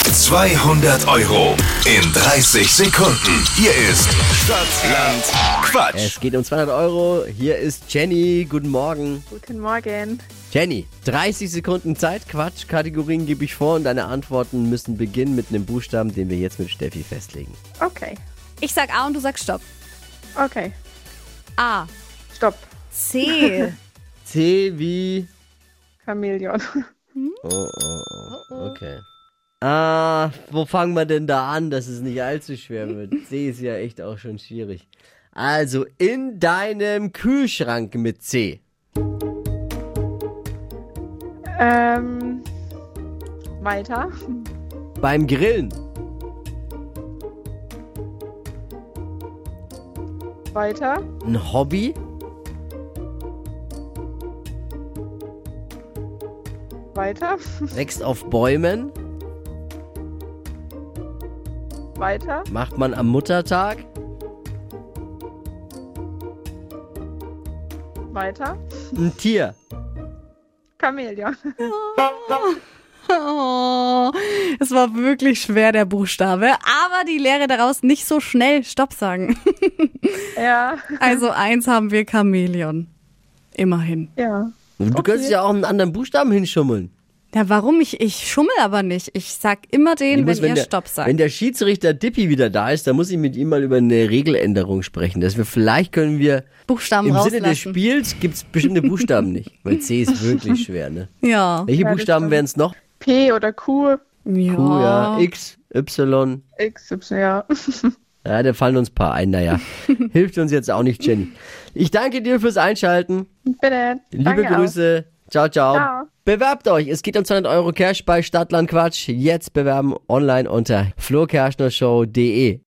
200 Euro in 30 Sekunden. Hier ist Stadtland Quatsch. Es geht um 200 Euro. Hier ist Jenny. Guten Morgen. Guten Morgen. Jenny, 30 Sekunden Zeit. Quatsch. Kategorien gebe ich vor und deine Antworten müssen beginnen mit einem Buchstaben, den wir jetzt mit Steffi festlegen. Okay, Ich sag A und du sagst Stopp. okay, A. stopp. C. C wie. Chamäleon. Oh, oh, oh. Okay. Ah, wo fangen wir denn da an, dass es nicht allzu schwer wird? C ist ja echt auch schon schwierig. Also, in deinem Kühlschrank mit C. Ähm, weiter. Beim Grillen. Weiter. Ein Hobby. Weiter. Wächst auf Bäumen. Weiter. Macht man am Muttertag. Weiter. Ein Tier. Chamäleon. Oh, es war wirklich schwer, der Buchstabe. Aber die Lehre daraus nicht so schnell Stopp sagen. Ja. Also eins haben wir Chamäleon. Immerhin. Ja. Du könntest ja auch einen anderen Buchstaben hinschummeln. Ja, warum? Ich, ich schummel aber nicht. Ich sag immer den, Ich wenn muss, ihr der, Stopp sagt. Wenn der Schiedsrichter Dippi wieder da ist, dann muss ich mit ihm mal über eine Regeländerung sprechen. Dass wir vielleicht können wir Buchstaben im rauslassen. Sinne des Spiels gibt es bestimmte Buchstaben nicht. Weil C ist wirklich schwer, ne? ja. Oh. Welche Ja, das Buchstaben stimmt. wären es noch? P oder Q. ja. Q, ja, X, Y. X, Y, ja. Ja, da fallen uns ein paar ein, naja. Hilft uns jetzt auch nicht, Jenny. Ich danke dir fürs Einschalten. Bitte. Liebe Danke auch. Grüße. Ciao, ciao, Ciao. Bewerbt euch. Es geht um 200 Euro Cash bei Stadtlandquatsch. Jetzt bewerben online unter flokerschnershow.de.